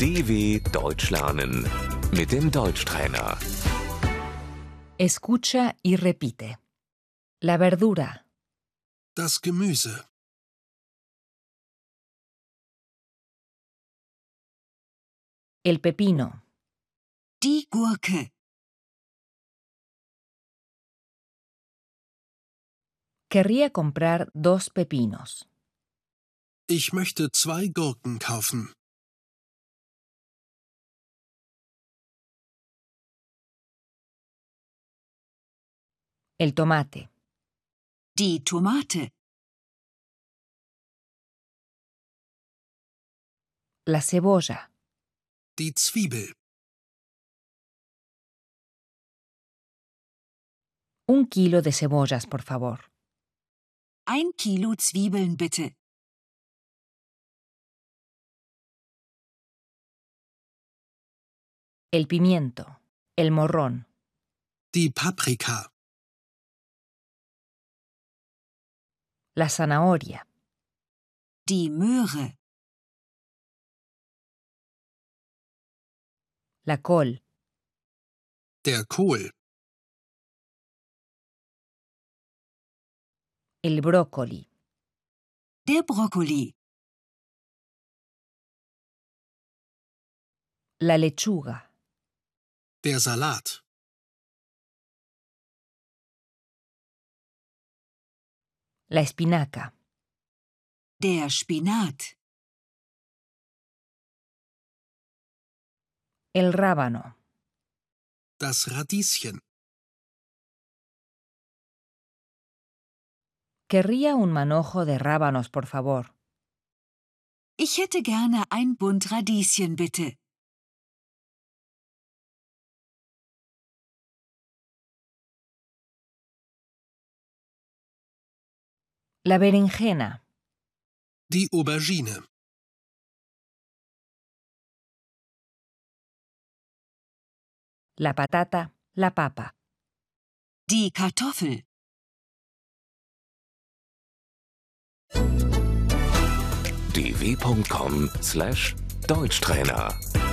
DW Deutsch lernen mit dem Deutschtrainer. Escucha y repite. La verdura, Das Gemüse. el pepino, Die Gurke. querría comprar dos pepinos, Ich möchte zwei Gurken kaufen. el tomate, Die Tomate. la cebolla, Die Zwiebel. un kilo de cebollas, por favor, Ein Kilo Zwiebeln bitte. el pimiento, el morrón, Die Paprika. la zanahoria, Die Möhre. la col, Der Kohl. el brócoli, Der Brokkoli. la lechuga, Der Salat. la espinaca, Der Spinat. el rábano, Das Radieschen. querría un manojo de rábanos, por favor, Ich hätte gerne ein Bund Radieschen bitte. la berenjena, Die Aubergine. la patata, la papa, Die Kartoffel. dw.com/deutschtrainer